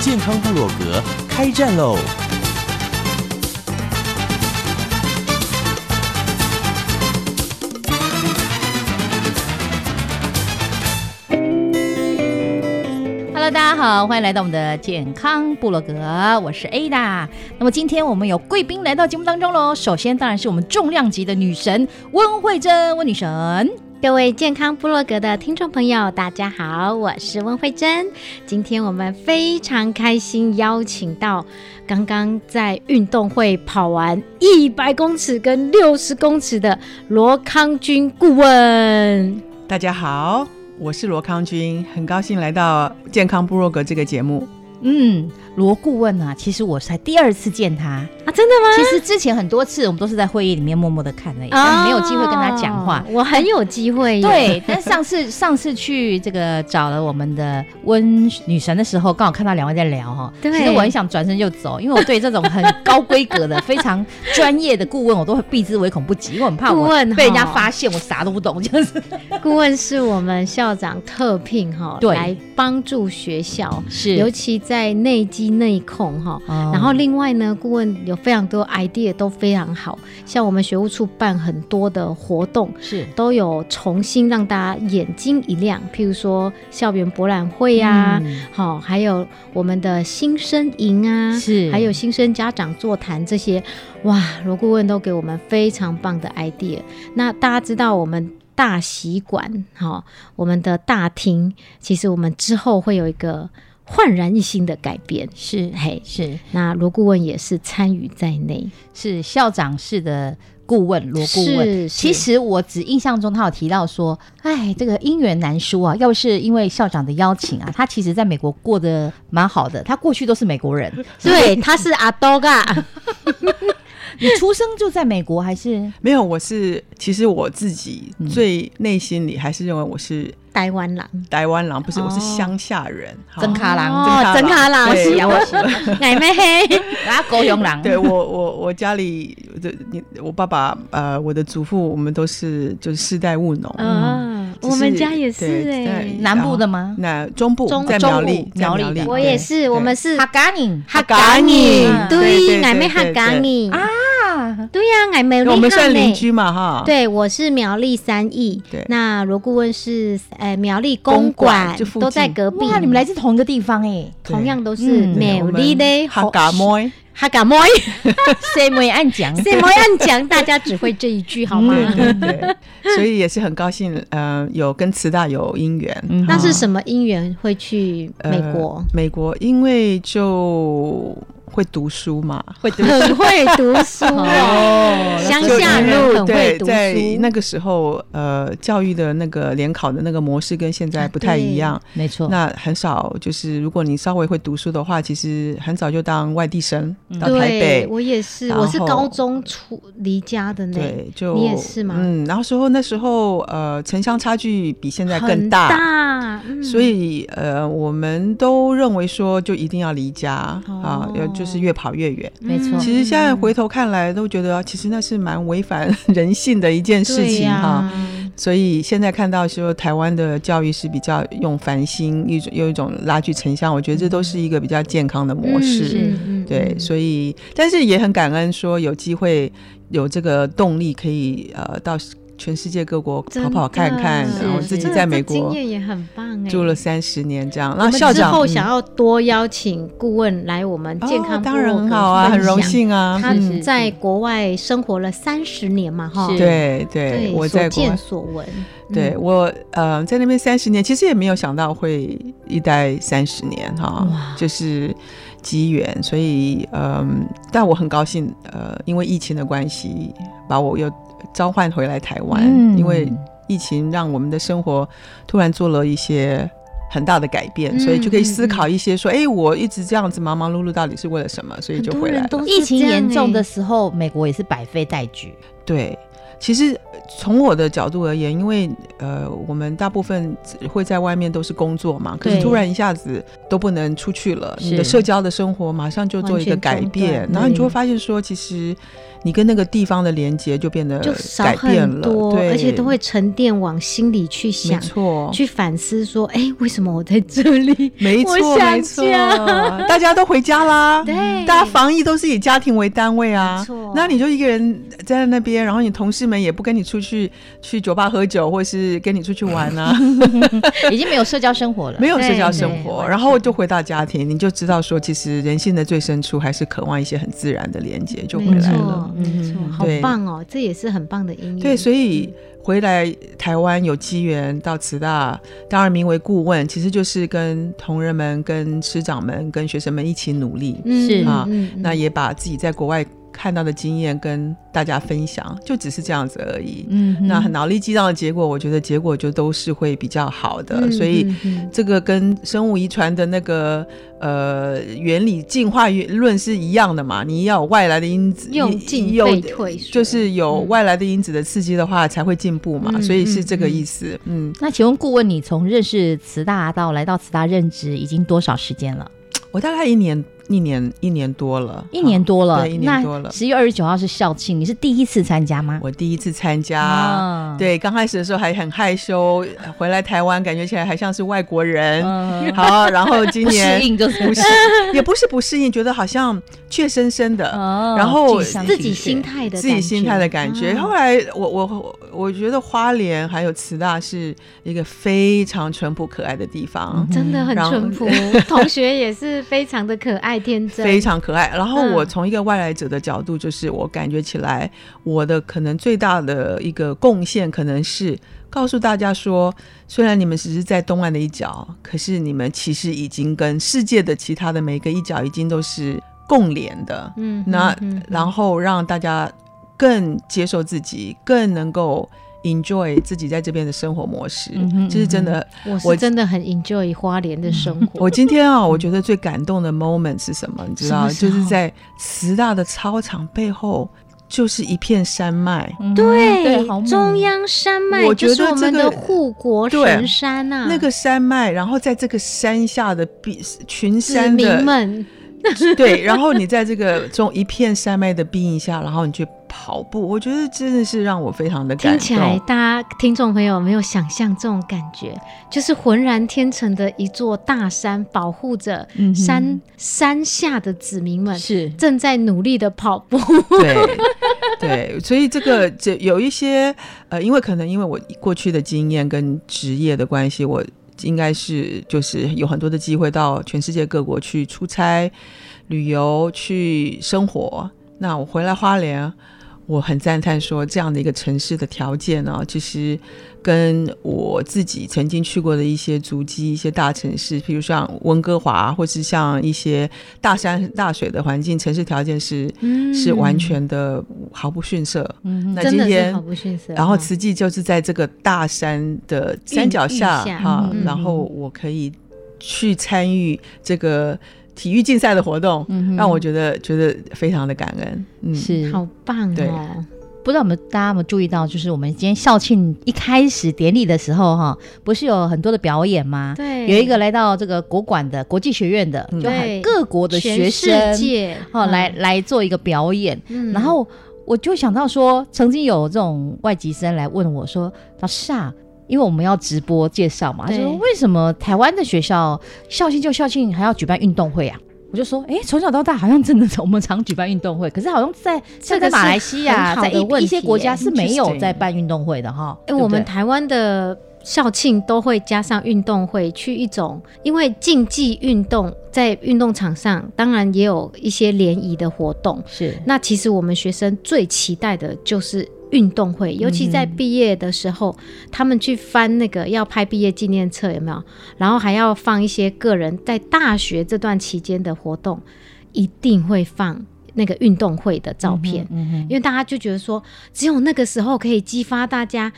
健康部落格开战喽！ Hello，大家好，欢迎来到我们的健康部落格，我是 Ada。那么今天我们有贵宾来到节目当中喽，首先当然是我们重量级的女神温慧珍，温女神。各位健康部落格的听众朋友，大家好，我是温慧珍。今天我们非常开心，邀请到刚刚在运动会跑完一百公尺跟六十公尺的罗康军顾问。大家好，我是罗康君，很高兴来到健康部落格这个节目。嗯，罗顾问啊，其实我才第二次见他，啊，真的吗？其实之前很多次我们都是在会议里面默默的看而已，但啊，哎没有机会跟他讲话。，哦我很有机会耶。对，但上 次上次去这个找了我们的温女神的时候，刚好看到两位在聊哈。对其实我很想转身就走，因为我对这种很高规格的、非常专业的顾问，我都会避之唯恐不及，因为我很怕顾我问被人家哈发现我啥都不懂，这样子。顾问是我们校长特聘哈，对来帮助学校，是哦尤其在内机内控哈。然后另外呢，顾问有非常多 idea 都非常好，像我们学务处办很多的活动，是都有重新让大家眼睛一亮，譬如说校园博览会啊，嗯好、还有我们的新生营啊，是还有新生家长座谈这些，哇，罗顾问都给我们非常棒的 idea。那大家知道我们。大习馆，好、我们的大厅，其实我们之后会有一个焕然一新的改变。是嘿，是那罗顾问也是参与在内，是校长室的顾问罗顾问。是其实我只印象中他有提到说，哎，这个姻缘难书啊，要不是因为校长的邀请啊，他其实在美国过得蛮好的，他过去都是美 国人。对，他是阿多嘎，你出生就在美国还是？没有，我是其实我自己嗯最内心里还是认为我是 台湾狼，台湾狼，不是、哦我是乡下人。好真卡哦郎，啊真卡郎我对喜我 喜，奶妹嘿，然后狗熊狼，对我，我我家里的你，我爸爸呃，我的祖父，我们都是就是世代务农。嗯，只我们家也对是在哎，南部的吗？那中部中在苗中栗，部在苗栗苗栗的，我也是，对我们是哈嘎宁哈嘎尼嗯对对，对奶妹对哈对嘎对尼啊，啊，对呀，奶妹对我们算邻居嘛哈。对，我是苗栗三义对，那罗顾问是呃苗栗公公馆馆就，附都在近隔壁。哇，你们来自同一个地方 哎，对同样都是嗯对，苗我们栗的哈嘎摩，哈嘎妹，谁没按讲？ 这么样讲，大家只会这一句好吗？嗯对对 对，所以也是很高兴，呃，有跟慈大有姻缘。嗯那是什么因缘会去美国呃？美国，因为就会读书嘛，会 读很会读 书哦哦，乡下人很会对，读在那书。个时候，呃，教育的那个联考的那个模式跟现啊在不太一样。没错，那很少，就是如果你稍微会读书的话，其实很早就当外地生到台北。嗯我也是，然后我是高中出离家的呢。对，就你也是吗嗯，然后时候那时候，呃，城乡差距比现在更很大，大，嗯所以呃，我们都认为说就一定要离家啊哦，要就是越跑越远。没错嗯其实现在回头看来，都觉得啊其实那是蛮违反人性的一件事对情呀哈、所以现在看到说台湾的教育是比较用繁星，一种有一种拉锯城乡，我觉得这都是一个比较健康的模式。是嗯嗯对，所以但是也很感恩说有机会有这个动力可以呃到全世界各国跑跑看看，嗯真的然后自己真的在美这经国验也很棒哎。住了三十年这样。然我后校们之长后嗯想要多邀请顾问来我们健康哦部当然落格很好啊，很分享荣。幸啊，他是在国外生活了三十年嘛，哈，是对对对，，我所在国见外，所闻，对嗯我呃在那边三十年，其实也没有想到会一待三十年哈，就是机缘，所以嗯，但我很高兴，呃，因为疫情的关系，把我又召唤嗯回来台湾，因为疫情让我们的生活突然做了一些。很大的改变，嗯所以就可以嗯思考一些说，哎、我一直这样子忙忙碌碌到底是为了什么？所以就回来了。都是疫情这样严重欸的时候，美国也是百废待举。对，其实呃从我的角度而言，因为呃，我们大部分只会在外面都是工作嘛，可是对突然一下子都不能出去了，是你的社交的生活马上就做一个改完全变中，断然后你就会发现说，其实你跟那个地方的连接就变得就少呃改变很了，多，对，而且都会沉淀往心里去没想，错。去反思说，哎，为什么我在这里？没我错，想没错家，大家都回家啦。 对，嗯大家防疫都是以家庭为单位没啊错，那你就一个人在那边，然后你同事们也不跟你出去去酒吧喝酒，或是跟你出去玩 啊，已经没有社交生活了。没有对社交对生完活，全然后就回到家庭，你就知道说，其实人性的最深处还是渴望一些很自然的连接，就回没来了。错，嗯没错，嗯好对棒哦，这也是很棒的音乐。对，所以回来台湾有机缘到慈大，当然名为顾问，其实就是跟同仁们、跟师长们、跟学生们一起努力，嗯是啊，嗯嗯那也把自己在国外看到的经验跟大家分享，就只是这样子而已。嗯哼那脑力激荡的结果，我觉得结果就都是会比较好的，嗯所以。嗯嗯这个跟生物遗传的那个呃原理进化原论是一样的嘛？你要有外来的因子，用进有废退说，就是有嗯外来的因子的刺激的话，才会进步嘛，嗯所以是这个意思。嗯，那请问顾问，你从认识慈大到来到慈大任职已经多少时间了？我大概一年一年一年多了，一年多了，啊对一年多了那十月二十九号是校庆，你是第一次参加吗？我第一次参加。啊，对，刚开始的时候还很害羞，回来台湾感觉起来还像是外国人。嗯，好，然后今不年适应就是不是， 也不是不适应，觉得好像怯生生的。哦然后沮丧自己心态的自己心态的感觉。哦嗯后来我我我我觉得花莲还有慈大是一个非常淳朴可爱的地方，真的很然后淳 朴，同学也是非常的可爱天真，非常可爱。然后嗯我从一个外来者的角度，就是我感觉起来，我的可能最大的一个贡献，可能是告诉大家说，虽然你们只是在东岸的一角，可是你们其实已经跟世界的其他的每个一角已经都是共联的。嗯，嗯那嗯嗯然后让大家更接受自己，更能够 enjoy 自己在这边的生活模式嗯哼，这是真的。我是我真的很 enjoy 花莲的生 活，我今天啊，我觉得最感动的 moment 是什么？你知什道，么时就候是在慈大的操场背后，就是一片山脉。嗯对好猛中央山脉我觉就得是我们这的个护国对神山啊，那个山脉，然后在这个山下的碧群子山民的们 对，然后你在这个中一片山脉的庇荫下，然后你去跑步，我觉得真的是让我非常的感听起动。来，大家听众朋友有没有想象这种感觉，就是浑然天成的一座大山，保护着嗯哼山、山下的子民们，是正在努力的跑步。对对，所以这个这有一些呃，因为可能因为我过去的经验跟职业的关系，我应该是就是有很多的机会到全世界各国去出差、旅游、去生活。那我回来花莲。我很赞叹说，这样的一个城市的条件呢、其实跟我自己曾经去过的一些足迹、一些大城市，譬如像温哥华，或是像一些大山大水的环境，城市条件是嗯是完全的毫不逊色。嗯那真今的是天好不逊色。然后哦慈济就是在这个大山的山脚下孕育下哈、嗯然后我可以去参与这个体育竞赛的活动，嗯让我觉得觉得非常的感恩。嗯，是好棒对哦！不知道我们大家有没有注意到，就是我们今天校庆一开始典礼的时候，哈，不是有很多的表演吗？对，有一个来到这个国馆的国际学院的，嗯就对很各国的学全世生界哦，来，来做一个表演。嗯然后我就想到说，曾经有这种外籍生来问我说：“老师啊，因为我们要直播介绍嘛，他对说为什么台湾的学校校庆就校庆，还要举办运动会啊？”我就说，诶，从小到大好像真的我们常举办运动会，可是好像在像这个在是马来西亚，很好在的一问题一些国家耶是没有 Interesting 在办运动会的哈。哎，对不我们对台湾的校庆都会加上运动会，去一种因为竞技运动在运动场上，当然也有一些联谊的活动。是那其实我们学生最期待的就是运动会，尤其在毕业的时候，他们去翻那个要拍毕业纪念册，有没有？然后还要放一些个人在大学这段期间的活动，一定会放那个运动会的照片。嗯哼因为大家就觉得说，只有那个时候可以激发大家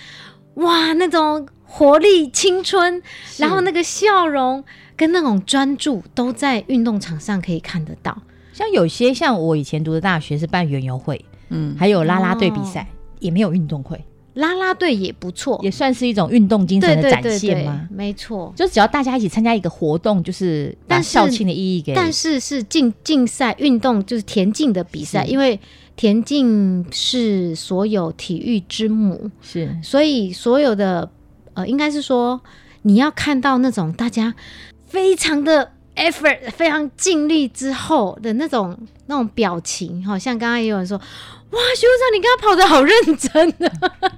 哇，那种活力、青春，是然后那个笑容跟那种专注，都在运动场上可以看得到。像有些像我以前读的大学是办园游会，嗯，还有啦啦队比赛，也没有运动会，啦啦队也不错，也算是一种运动精对神的对展对现对吗，？没错。就只要大家一起参加一个活动，就是把但是校庆的意义给但是是竞竞赛运动，就是田径的比赛，是因为田径是所有体育之母，是所以所有的呃，应该是说你要看到那种大家非常的 effort，非常尽力之后的那种那种表情，好、像刚刚也有人说，哇，学长你刚刚跑得好认真的，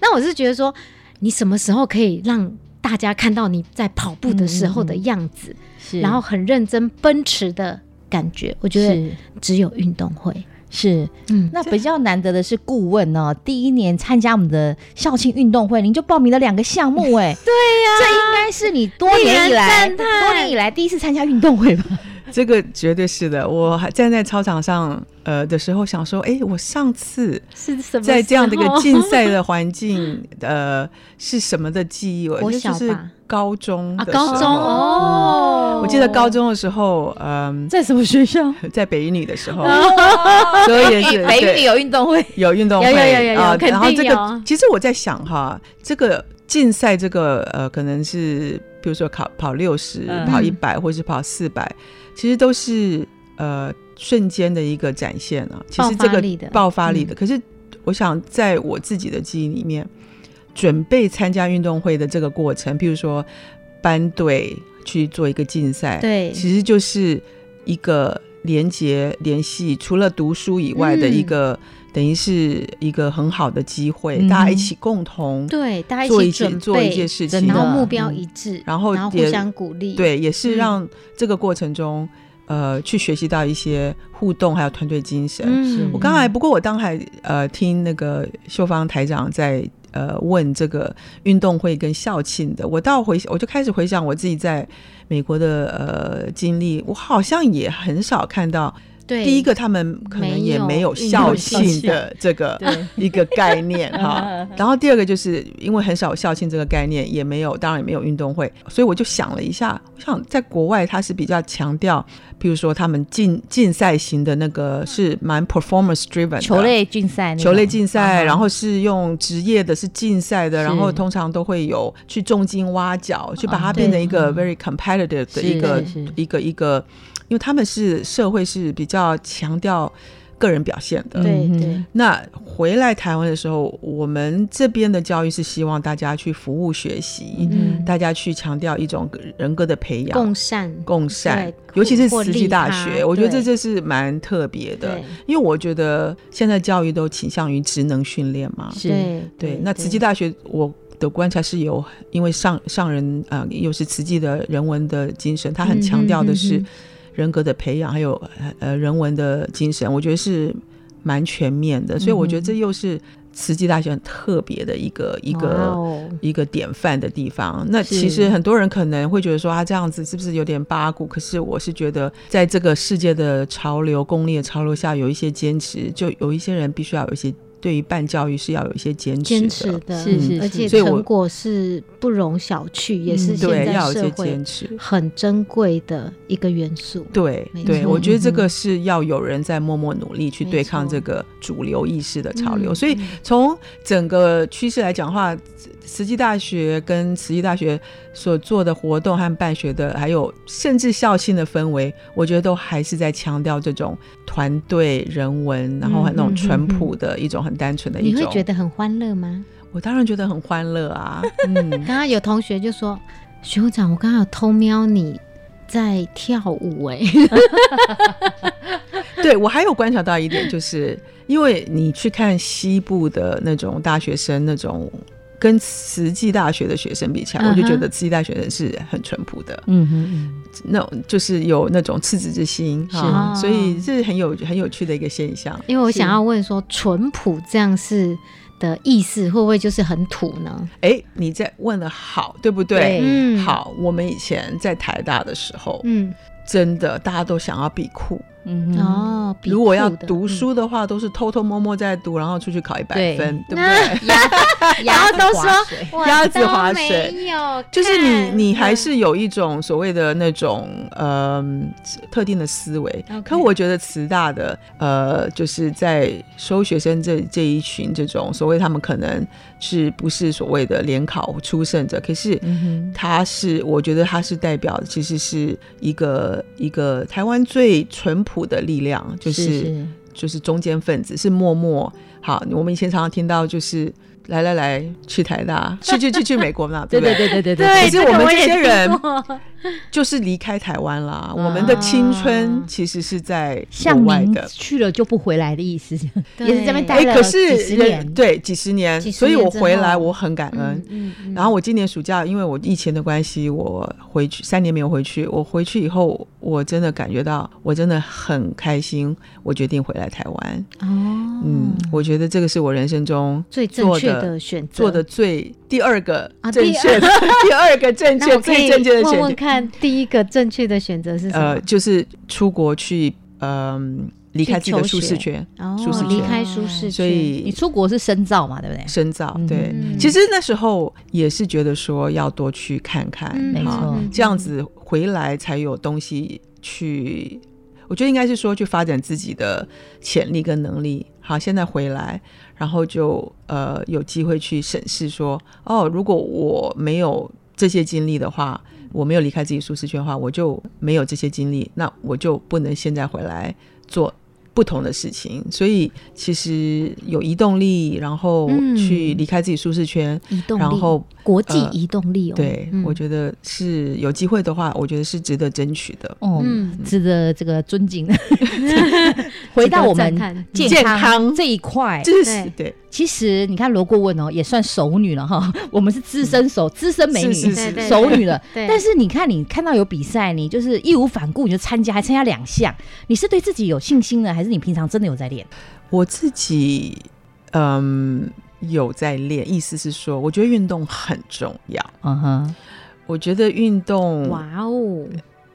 那我是觉得说，你什么时候可以让大家看到你在跑步的时候的嗯嗯嗯样子？是，然后很认真奔驰的感觉，我觉得是只有运动会。是嗯，那比较难得的是顾问哦，第一年参加我们的校庆运动会，您就报名了两个项目 哎、对呀、这应该是你多年以来令人赞叹多年以来第一次参加运动会吧？这个绝对是的。我还站在操场上，呃的时候想说，哎，我上次是什么在这样的一个竞赛的环境，呃，是什么的记忆？我国觉得小就是吧高中啊，的高时中候哦，我记得高中的时候，嗯、在什么学校？在北一女 的时候，哦所以也是北对语有运动会，有运动会，有有有有有啊肯定然后这个有，其实我在想哈，这个竞赛这个呃，可能是比如说考跑六十、嗯跑一百，或是跑四百，其实都是呃瞬间的一个展现啊。其实这爆发个力的嗯爆发力的，可是我想在我自己的记忆里面，准备参加运动会的这个过程，比如说班队去做一个竞赛，对其实就是一个连接联系，除了读书以外的嗯一个，等于是一个很好的机会，嗯大家一起共同对，大家做起一件准备，做一件事真情，然后的目标一致，然后然后互也相鼓励，，对，也嗯是让这个过程中，呃，去学习到一些互动，还有团队精神。嗯，我刚才不过我刚才呃听那个秀芳台长在呃问这个运动会跟校庆的，我倒回我就开始回想我自己在美国的呃经历，我好像也很少看到。对第一个，他们可能也没有校庆 的这个对一个概念哈 嗯。然后第二个，就是因为很少有校庆这个概念，也没有，当然也没有运动会，所以我就想了一下，我想在国外它是比较强调，比如说他们竞竞赛型的那个是蛮 performance driven 的球。类竞赛那种，球类竞赛，嗯然后是用职业的，是竞赛的，是然后通常都会有去重金挖角，去把它啊变成哦对一个嗯 very competitive 的是一个是是一个一个，因为他们是社会是比较强调个人表现的。对嗯对，那回来台湾的时候，我们这边的教育是希望大家去服务学习，嗯大家去强调一种人格的培养、共善，共善对，尤其是或慈济利大他学，我觉得这对这是蛮特别的对，因为我觉得现在教育都倾向于职能训练嘛。是对对，那慈济大学我。的观察是有，因为上上人啊、呃又是慈济的人文的精神，他很强调的嗯是哼嗯人格的培养，还有呃呃人文的精神，我觉得是蛮全面的，所以我觉得嗯这又是慈济大学很特别的一个一个、哇哦一个典范的地方。那是其实很多人可能会觉得说，他啊这样子是不是有点八股？可是我是觉得，在这个世界的潮流、功利的潮流下，有一些坚持，就有一些人必须要有一些对于办教育是要有一些坚持的。坚持的，是是而是且所以我成果是不容小觑，也是嗯现对，在要有一社些会坚持。很珍贵的一个元素。对没对，错我觉得这嗯个是要有人在默默努力去没对抗错这个主流意识的潮流。嗯所以从整个趋势来讲的话，慈慈济大学跟慈济大学所做的活动和办学的，还有甚至校庆的氛围，我觉得都还是在强调这种团队人文，然后嗯那种淳嗯朴的一种很单纯的一你种。会觉得很欢乐吗？我当然觉得很欢乐 啊，嗯，刚刚有同学就说：“学长，我刚刚有偷瞄你在跳舞、哎，对我还有观察到一点，就是因为你去看西部的那种大学生，那种跟慈济大学的学生比起来，我就觉嗯得慈济大学生是很淳朴的，嗯哼那种就是有那种赤子之心啊，是所以这是很有很有趣的一个现象。因为我想要问说，淳朴这样是的意思，会不会就是很土呢？哎，你在问的好，对不对对？嗯，，好，我们以前在台大的时候，嗯，真的大家都想要比酷，嗯嗯哼，哦，比如果要酷的读，书的话，都是偷偷摸摸在读，然后出去考一百对分， 对不那对？然后都说划水我鸭子都划水没有就是你，看你还嗯是有一种所谓的那种呃特定的思维。 OK 可我觉得慈大的呃，就是在收学生这这一群这种所谓他们可能是不是所谓的联考出胜者，可是嗯他是我觉得他是代表其实是一个一个台湾最淳朴的力量，就是是就是中间分子，是默默。好，我们以前常常听到就是来来来去台大，去去去去美国嘛，对不对对对对对对，可是这个我们我这也些听人过 啊就是离开台湾啦。我们的青春其实是在像国外您的。哎去了就不回来的意思，也是这边对待了可是几十人年对几十年，几十所以年我之回来后我很感恩嗯。嗯嗯然后我今年暑假，因为我疫情的关系，我回去三年没有回去。我回去以后，我真的感觉到我真的很开心。我决定回来台湾。哦，嗯，我觉得这个是我人生中最正做确的的选择做的。最第二个啊正第确的、 第二个正那确我可最以正确的选问择问看，第一个正确的选择是什么呃，？就是出国去，嗯、离开自己的舒适圈，哦舒适，离圈开舒适圈，所你以出国是深造嘛，对不对？深造。对，嗯其实那时候也是觉得说要多去看看，嗯没哈错这样，子回来才有东西去。我觉得应该是说去发展自己的潜力跟能力。好，现在回来，然后就呃有机会去审视说，哦，如果我没有这些经历的话，我没有离开自己舒适圈的话，我就没有这些经历，那我就不能现在回来做不同的事情。所以其实有移动力，然后嗯去离开自己舒适圈，移动力，然后国际呃移动力哦，对，嗯我觉得是有机会的话，我觉得是值得争取的。哦，嗯值得这个尊 敬。回到我值得赞们叹健健康康这一块，这是对，其实你看罗顾问哦，也算熟女了哈。 我们是资深熟、资深美嗯是女、是对是，熟女了。对，但是你看，你看到有比赛，你就是义无反顾，你就参加，还参加两项。你是对自己有信心呢，还是你平常真的有在练？我自己嗯有在练，意思是说，我觉得运动很重要。嗯哼，我觉得运动，哇哦，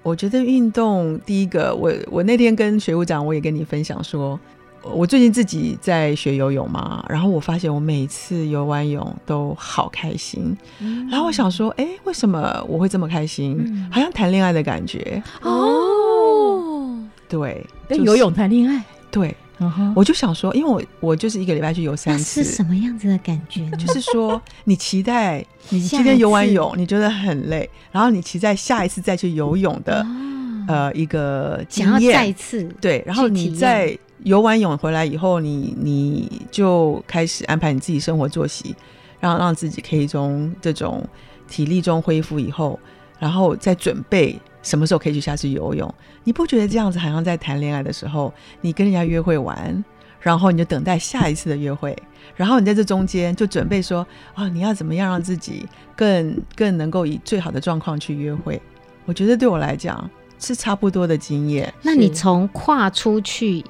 我觉得运动第一个，我我那天跟学务长我也跟你分享说，我最近自己在学游泳嘛，然后我发现我每次游完泳都好开心，然后我想说，哎，为什么我会这么开心？嗯好像谈恋爱的感觉，哦，对，跟就是游泳谈恋爱。对。嗯哼，我就想说，因为我我就是一个礼拜去游那三次是，什么样子的感觉呢？ 就是说你期待你下今天游完一次泳，你觉得很累，然后你期待下一次再去游泳 的、哦呃一个经想要再验，次对，然后去你体验在游完泳回来以后，你你就开始安排你自己生活作息，然后让自己可以从这种体力中恢复以后，然后再准备。什么时候可以去下次游泳？你不觉得这样子好像在谈恋爱的时候，你跟人家约会完，然后你就等待下一次的约会，然后你在这中间就准备说，哦，你要怎么样让自己更更能够以最好的状况去约会？我觉得对我来讲是差不多的经验。那你从跨出去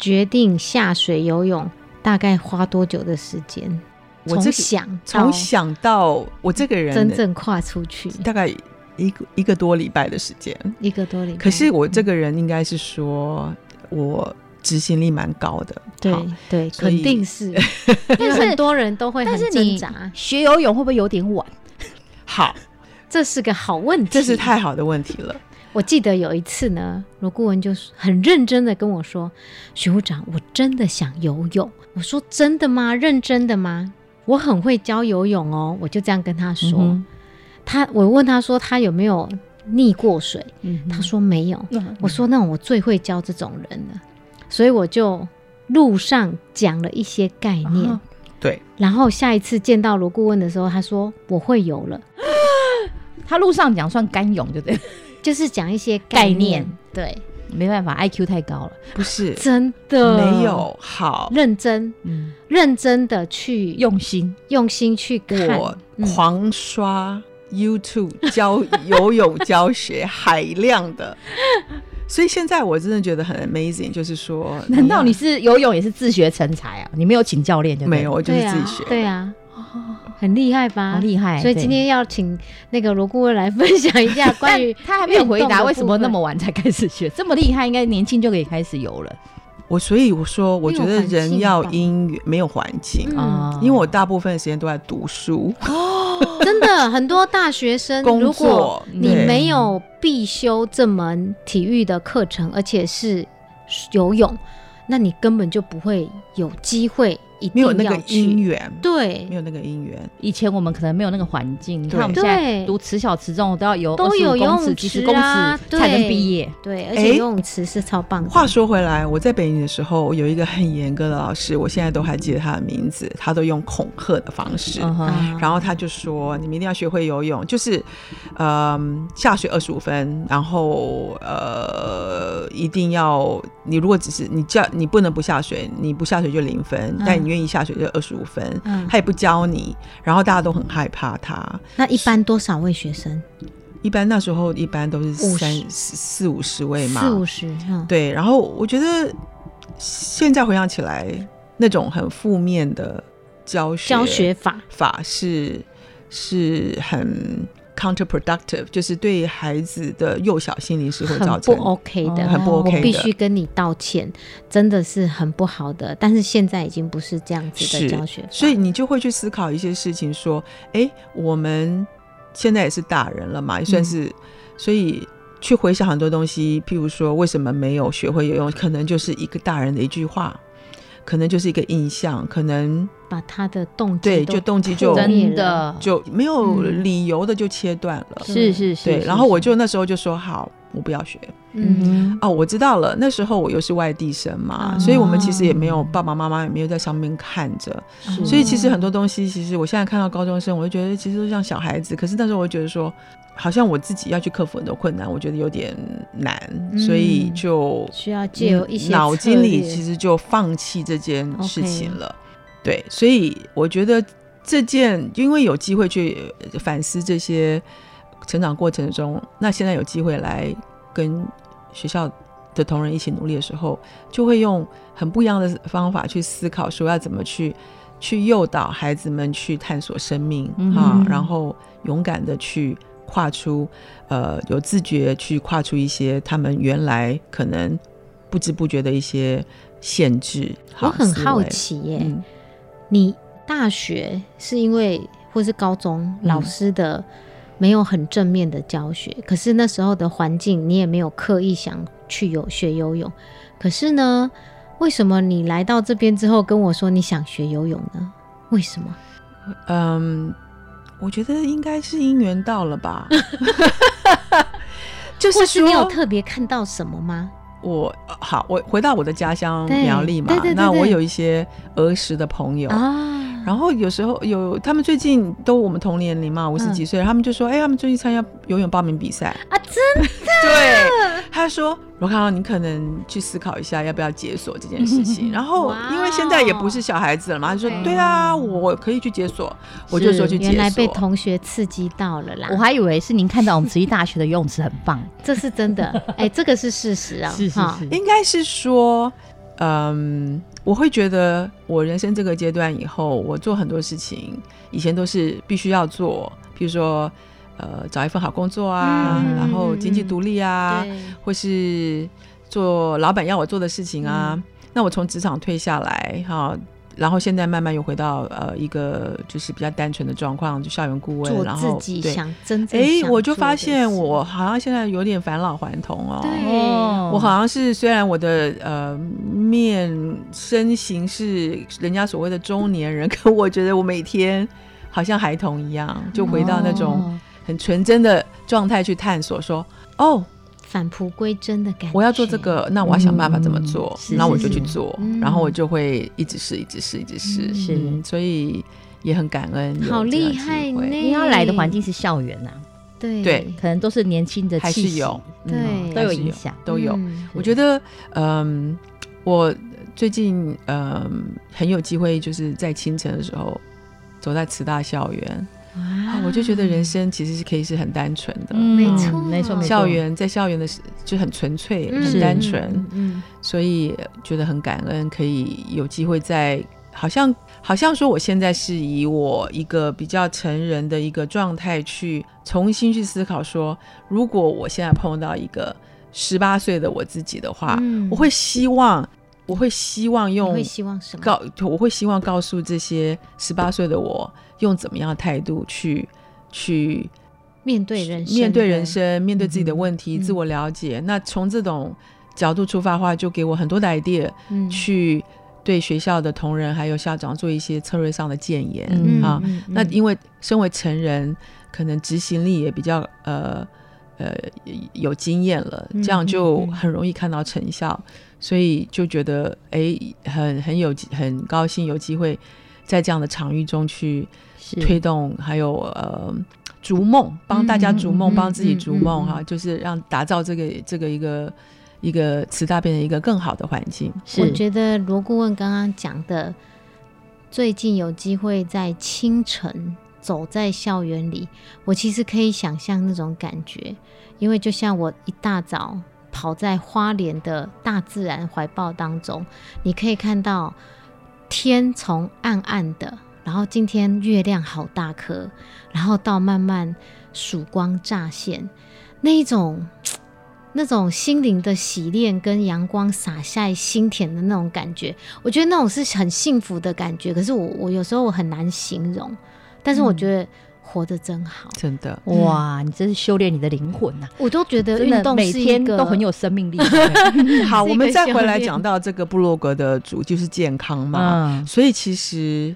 决定下水游泳，大概花多久的时间？我从这个想到从想到我这个人哦真正跨出去大概一个一个多礼拜的时间，一个多礼拜，可是我这个人应该是说我执行力蛮高的，嗯对好对，所肯以定 是，因为但是很多人都会很但是挣你扎，学游泳会不会有点晚？好，这是个好问题。这是太好的问题 了。我记得有一次呢，罗顾问就是很认真的跟我说：“学务长，我真的想游泳。”我说：“真的吗？认真的吗？”我很会教游泳哦，我就这样跟他说。嗯他我问他说他有没有溺过水，嗯他说没有。嗯我说那我最会教这种人了，所以我就路上讲了一些概念。啊对，然后下一次见到罗顾问的时候，他说我会游了，他路上讲算干泳，对不对？ 就是讲一些概概念念。对，没办法，IQ 太高了。不是真的没有好，认真嗯，认真的去用用心。用心去看。我嗯狂刷 YouTube 教 游泳 教学海量的。所以现在我真的觉得很 amazing，就是说，难道要你是游泳也是自学成才啊？你没有请教练就对了没有？？我就是对自己啊学，，哦对啊，很厉害吧？好厉害！啊啊所以今天要请那个罗顾问来分享一 下对关于但他还没有回运动答的为什部么那分么晚才开始 学，这么厉害，应该年轻就可以开始游了我所以我说，我没觉有得环人境要吧因缘，没有环境，嗯啊！因为我大部分的时间都在读书、真的很多大学生，工如果作。你对没有必修这门体育的课程，而且是游泳，那你根本就不会有机会，一没定有那个要因去。缘，对没，有那个因缘，以前我们可能没有那个环境，你看对我们现在对读此小此中都要游都25有游公尺、泳几十池公啊尺才能对毕业。对，而哎且游泳池是超棒的。话说回来，我在北影的时候，我有一个很严格的老师，我现在都还记得他的名字，他都用恐吓的方式。嗯哼，啊然后他就说：“你们一定要学会游泳，就是，嗯，下水二十五分，然后呃，一定要你如果只是你叫你不能不下水，你不下水就零分，但你愿意下水就二十五分。嗯他也不教你，然后大家都很害怕他。那一般多少位学生？一般那时候一般都是50三四四五十位嘛，四五十，嗯，对，然后我觉得现在回想起来，那种很负面的教学教学法，法是是很 counterproductive，就是对孩子的幼小心灵是会造很不成 OK 的，哦很不 OK 我必的须跟你道歉，真的是很不好的。但是现在已经不是这样子的是教学法，所以你就会去思考一些事情，说，哎，我们现在也是大人了嘛，嗯也算是，所以去回想很多东西，譬如说，为什么没有学会游泳，可能就是一个大人的一句话。可能就是一个印象，可能把他的动机对都就动机就破灭真了，的就没有嗯理由的就切断了。嗯是是是。对，是然后我是就那时候就说好，我不要学。嗯，哦，我知道了。那时候我又是外地生嘛，哦啊所以我们其实也没有爸爸妈妈也没有在上面看着，嗯是嗯所以其实很多东西，其实我现在看到高中生，我就觉得其实都像小孩子。可是那时候我就觉得说，好像我自己要去克服很多困难，我觉得有点难，嗯所以就需要借由一些嗯脑筋里其实实就放弃这件事情了。对，所以我觉得这件，因为有机会去呃反思这些成长过程中，那现在有机会来跟学校的同仁一起努力的时候，就会用很不一样的方法去思考，说要怎么去。去诱导孩子们去探索生命、嗯啊，然后勇敢的去跨出，呃，有自觉去跨出一些他们原来可能不知不觉的一些限制。我很思维好，奇耶、嗯，你大学是因为或是高中老师的没有很正面的教学，可是那时候的环境你也没有刻意想去游学游泳，可是呢，为什么你来到这边之后跟我说你想学游泳呢？为什么？嗯，我觉得应该是姻缘到了 吧。就是或是你有说，特别看到什么吗？我好，我回到我的家乡对苗栗嘛，对对对那我对有一些儿时的朋友啊，然后有时候有他们最近都我们同年龄嘛，五十几岁，他们就说，哎、他们最近参加游泳报名比赛嗯啊真的。对，他说罗康，你可能去思考一下要不要解锁这件 事情。然后哇哦因为现在也不是小孩子了嘛，他说 OK 对啊，我可以去解锁，我就说去解原来被锁。同学刺激到了啦，嗯我还以为是您看到我们慈溪大学的游泳池很棒，这是真 的，哎、这个是事实啊，哈应该是说，嗯，我会觉得我人生这个阶段以后，我做很多事情，以前都是必须要做，比如说。呃，找一份好工作啊，嗯然后经济嗯嗯独立啊，对或是做老板要我做的事情啊。嗯那我从职场退下来哈、然后现在慢慢又回到呃一个就是比较单纯的状况，就校园顾问，做然后自己对。想真正哎，想我就做的发现事我好像现在有点返老还童哦。对嗯我好像是虽然我的呃面身形是人家所谓的中年人，可我觉得我每天好像孩童一样，就回到那哦种很纯真的状态去探索说，哦，返璞归真的感觉。我要做这，个，那我要想办法怎么做，是那我是就去是做，嗯然后我就会一直试，一直试，一直试，是嗯所以也很感恩有这好样的厉机害会呢！因为他来的环境是校园呐，对对可能都是年轻的还气是息，嗯有，对都有还是影响。都有。嗯我觉得，嗯，我最近嗯很有机会，就是在清晨的时候走在慈大校园啊哇，我就觉得人生其实是可以是很单纯的。没错嗯没错，没错校园在校园的时就很纯粹、嗯很单纯，嗯嗯嗯所以觉得很感恩，可以有机会在好像好像说我现在是以我一个比较成人的一个状态去重新去思考说，如果我现在碰到一个十八岁的我自己的话，嗯啊我会希望我会希望你用会希望什么？告我会希望告诉这些十八岁的我，用怎么样的态度去去面对人生，面对人，生，面对自己的问题，嗯自我了解。那从这种角度出发的话，就给我很多的 idea，、嗯，去对学校的同仁还有校长做一些策略上的建言、嗯啊。嗯嗯那因为身为成人，可能执行力也比较呃呃有经验了，嗯这样就嗯嗯很容易看到成效，所以就觉得哎，很很有很高兴有机会在这样的场域中去是推动，还有呃逐梦，帮大家逐嗯嗯梦，嗯帮自己逐梦嗯嗯哈、就是让打造这个这个一个一个慈大变成一个更好的环境。我是觉得罗顾问刚刚讲的，最近有机会在清晨走在校园里，我其实可以想象那种感觉，因为就像我一大早跑在花莲的大自然怀抱当中，你可以看到天从暗暗的，然后今天月亮好大颗，然后到慢慢曙光乍现，那一种那种心灵的洗练跟阳光洒下心田的那种感觉，我觉得那种是很幸福的感觉。可是我我有时候我很难形容，但嗯是我觉得活得真好，真的，哇，你真是修炼你的灵魂呐、我都觉得真运的动每是一天个都很有生 命力。好，是一我个们再修回来炼讲到这个部落格的主就是健康嘛，嗯，所以其实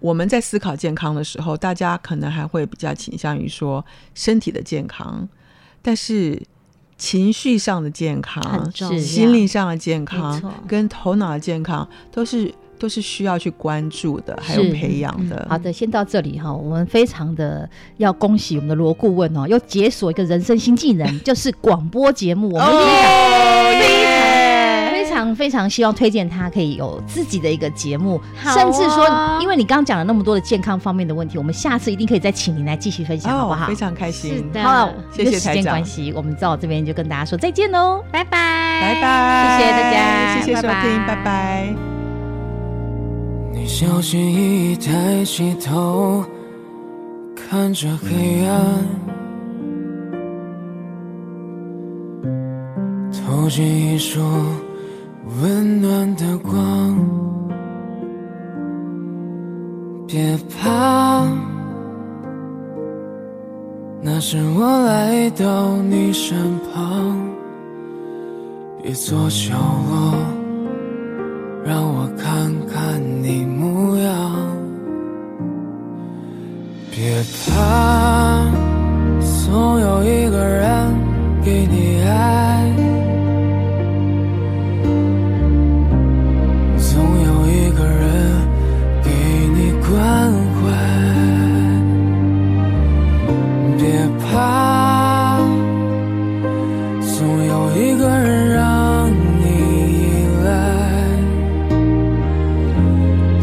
我们在思考健康的时候，大家可能还会比较倾向于说身体的健康，但是情绪上的健很康、重要，是心灵上的健没康错跟头脑的健康都是都是需要去关注的，还有是培嗯养的。好的，先到这里哈。我们非常的要恭喜我们的罗顾问哦，又解锁一个人生新技 能，就是广播节目。我们哦非常非常希望推荐他可以有自己的一个节目，好啊甚至说，因为你刚刚讲了那么多的健康方面的问题，我们下次一定可以再请您来继续分享，好不哦，好？非常开是心，的，好了，谢谢因为时台间长关系，我们到这边就跟大家说再见哦喽。拜拜，拜拜，谢谢大家，谢谢收听，拜拜你小心翼翼抬起头，看着黑暗，投进一束温暖的光。别怕，那是我来到你身旁，别做角落。让我看看你模样。别怕，总有一个人给你爱，总有一个人给你关怀。别怕，总有一个人让你依赖。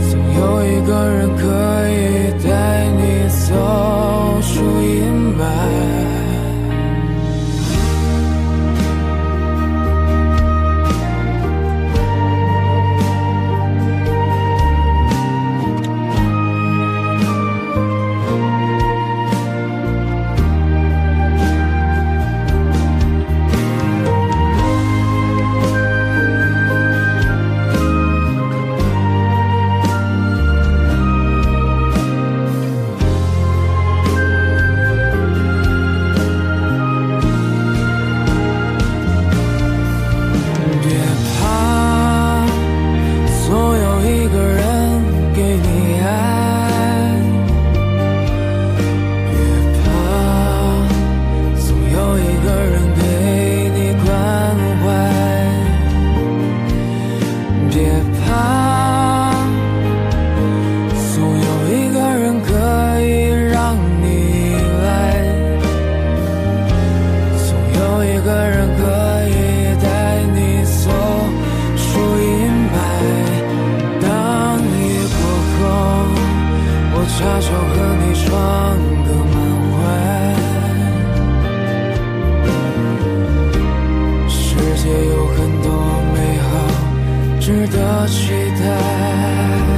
总有一个人可以带你走出阴霾。别怕，总有一个人给你爱。别怕，总有一个人陪你关怀。别怕，总有一个人可以让你依赖。总有一个人可以带你走出阴霾。当夜过后，我插手和你闯个满怀。世界有很多美好，值得期待。